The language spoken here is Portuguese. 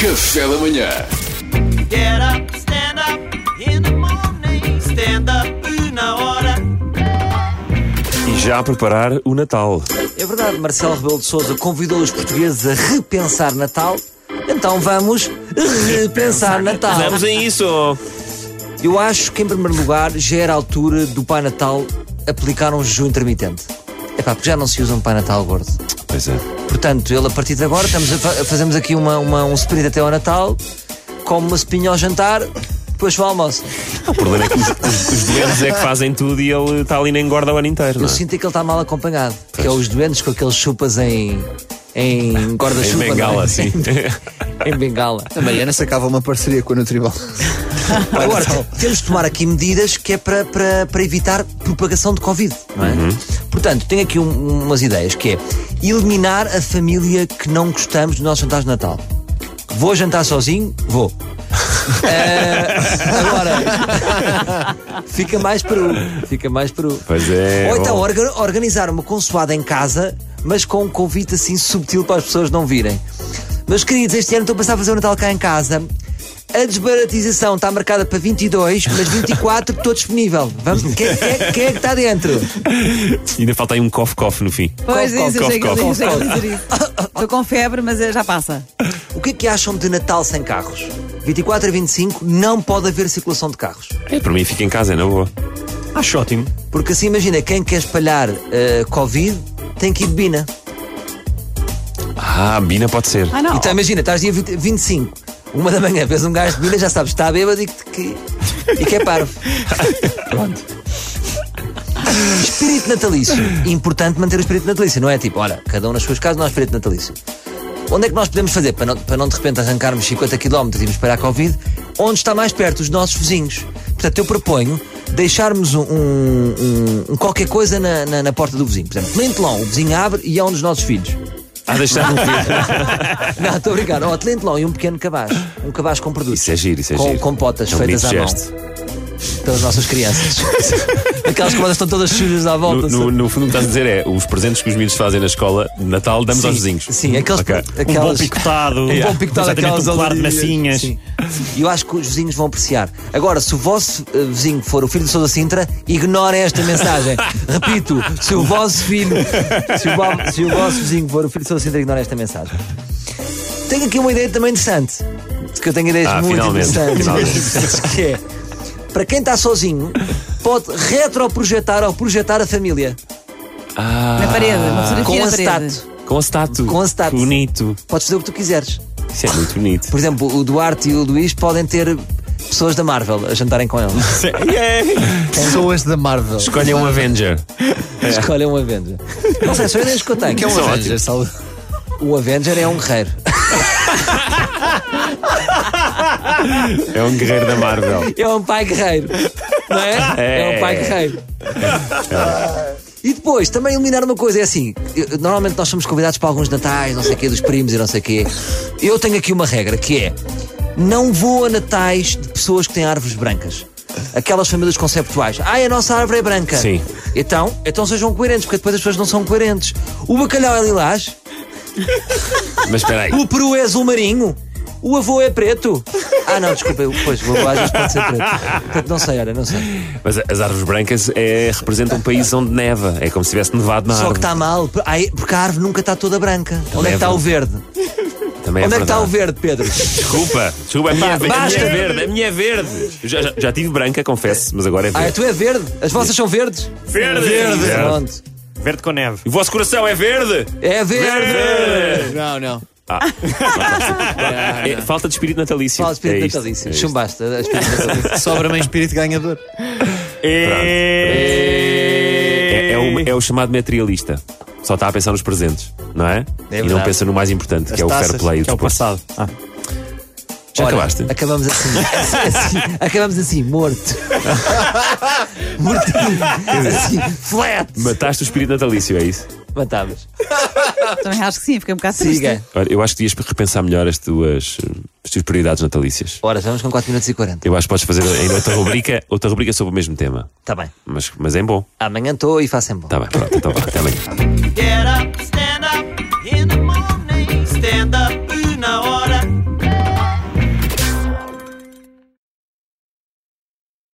Café da manhã. Get up, stand up in the morning. Stand up na hora. E já a preparar o Natal. É verdade, Marcelo Rebelo de Sousa convidou os portugueses a repensar Natal. Então vamos repensar Natal. Estamos em isso! Eu acho que, em primeiro lugar, já era a altura do Pai Natal aplicar um jejum intermitente. É pá, porque já não se usa um Pai Natal gordo. Pois é. Portanto, ele a partir de agora, estamos a fa- fazemos aqui uma, uma- um sprint até ao Natal, come uma espinha ao jantar, depois vai ao almoço. O problema é que os, os, os doentes é que fazem tudo e ele está ali na engorda o ano inteiro. Não Eu é? sinto é que ele está mal acompanhado. Que é os doentes com aqueles chupas em. em Em guarda-chuva. não é? bengala, sim. em bengala. A Mariana sacava uma parceria com a Nutribal. Agora, te- temos de tomar aqui medidas que é para, para, para evitar propagação de Covid, não é? Uhum. Portanto, tenho aqui um- umas ideias, que é eliminar a família que não gostamos dos nossos jantares de Natal. Vou jantar sozinho? Vou. Eh, agora, fica mais Peru. Fica mais Peru. Pois é, Ou então bom. orga- organizar uma consoada em casa, mas com um convite assim subtil para as pessoas não virem. Meus queridos, este ano estou a pensar a fazer o Natal cá em casa. A desbaratização está marcada para 22, mas 24 estou disponível. Vamos, quem, quem- quem é que está dentro? Ainda falta aí um cof-cof no fim. Pois Cof, isso, eu cof, sei que eu cof, sei que eu dizer isso. Estou com febre, mas eh, já passa. O que é que acham de Natal sem carros? 24 a 25 não pode haver circulação de carros. É, para mim fica em casa, é na boa. Acho ótimo. Porque assim, imagina, quem quer espalhar eh, Covid tem que ir de Bina. Ah, Bina pode ser. Ah, não. Então imagina, estás dia 20 25, uma da manhã, vês um gajo de Bina, já sabes, está bêbado e que, e que é parvo. Pronto. Espírito natalício. Importante manter o espírito natalício, não é? Tipo, olha, cada um nas suas casas, não há espírito natalício. Onde é que nós podemos fazer para não, para não de repente arrancarmos 50 km e irmos para a Covid? Onde está mais perto? Os nossos vizinhos. Portanto, eu proponho deixarmos um, um- um- um qualquer coisa na, na- na porta do vizinho. Por exemplo, Lentelão, o vizinho abre e é um dos nossos filhos. Ah, deixar um Não, estou a brincar. Ó, Lentelão e um pequeno cabaz. Um cabaz com produtos. Isso é giro, isso é com, giro. Com potas É um feitas à bonito mão pelas nossas crianças. Aquelas que estão todas sujas à No, volta. no- sabe? no fundo, o que estás a dizer é os presentes que os miúdos fazem na escola, de Natal, damos Sim, aos vizinhos. Sim, aqueles, Ok. Um bom aquelas, picotado. um bom picotado, É. Exatamente, aquelas um colar de alegrias. massinhas. Sim. E eu acho que os vizinhos vão apreciar. Agora, se o vosso eh, vizinho for o filho de Sousa Sintra, ignorem esta mensagem. Repito, se o vosso filho, se o, vo- se o vosso vizinho for o filho de Sousa Sintra, ignorem esta mensagem. Tenho aqui uma ideia também interessante. Que eu tenho ideias Ah, muito finalmente, interessantes. finalmente. interessantes, que é, para quem está sozinho, pode retroprojetar ou projetar a família. Na parede, uma Com um fotografia na parede. acetato. Com acetato. Com acetato. Bonito. Podes fazer o que tu quiseres. Isso é muito bonito. Por exemplo, o Duarte e o Luís podem ter pessoas da Marvel a jantarem com eles. é. Pessoas da Marvel. Escolha um Avenger. Escolhem um Avenger. Não sei, são ideias que eu tenho. É. Que é um São Avenger, sabe? O Avenger é um guerreiro. É um guerreiro da Marvel. É um pai guerreiro. Não é? É. É, um pai guerreiro. E depois, também eliminar uma coisa, é assim, eu- normalmente nós somos convidados para alguns natais, não sei o quê, dos primos e não sei o quê. Eu tenho aqui uma regra, que é, não vou a natais de pessoas que têm árvores brancas. Aquelas famílias conceptuais. Ai, a nossa árvore é branca. Sim. Então, então sejam coerentes, porque depois as pessoas não são coerentes. O bacalhau é lilás, Mas espera aí. o peru é azul marinho. O avô é preto. Ah, não, desculpa, eu- pois, o avô às vezes pode ser preto. Portanto, não sei, olha, não sei. Mas as árvores brancas é, representam um país onde neva. É como se tivesse nevado na Só que tá- árvore. está mal, por- ai, porque a árvore nunca está toda branca. Onde é que é está o verdade. verde? Também Onde é que está o verdade. verde, Pedro? Desculpa. Desculpa, a minha, é ver- a basta. minha é verde. A minha é verde. Eu Já, já, já tive branca, confesso, mas agora é Ah, verde. tu é verde? As vossas são verdes? Verde. Verde. Pronto. Verde com neve. E o vosso coração é verde? É verde! Não, não. Ah. É, falta de espírito natalício. Fala espírito é isto, natalício. é isto. Chumbaste. é espírito natalício. Sobra-me em espírito ganhador. É, é o, é o chamado materialista. Só está a pensar nos presentes, não é? e não verdade. pensa no mais importante, que é o fair taças, play. Que é o desporto. passado. Ah. Já Olha, acabaste? Acabamos assim, assim, assim, Acabamos assim, morto. Mortinho. Assim, flat. Mataste o espírito natalício, é isso? Matámos. Também acho que sim, fiquei um bocado Siga. triste. Olha, eu acho que devias repensar melhor as tuas, eh, as tuas prioridades natalícias. Ora, vamos com 4 minutos e 40. Eu acho que podes fazer ainda outra rubrica, outra rubrica sobre o mesmo tema. Está Tá bem. Mas, mas é bom. Tá Amanhã estou e façam bom. Está bem, pronto, então vá, até amanhã. Get up, stand up in the morning. Stand up.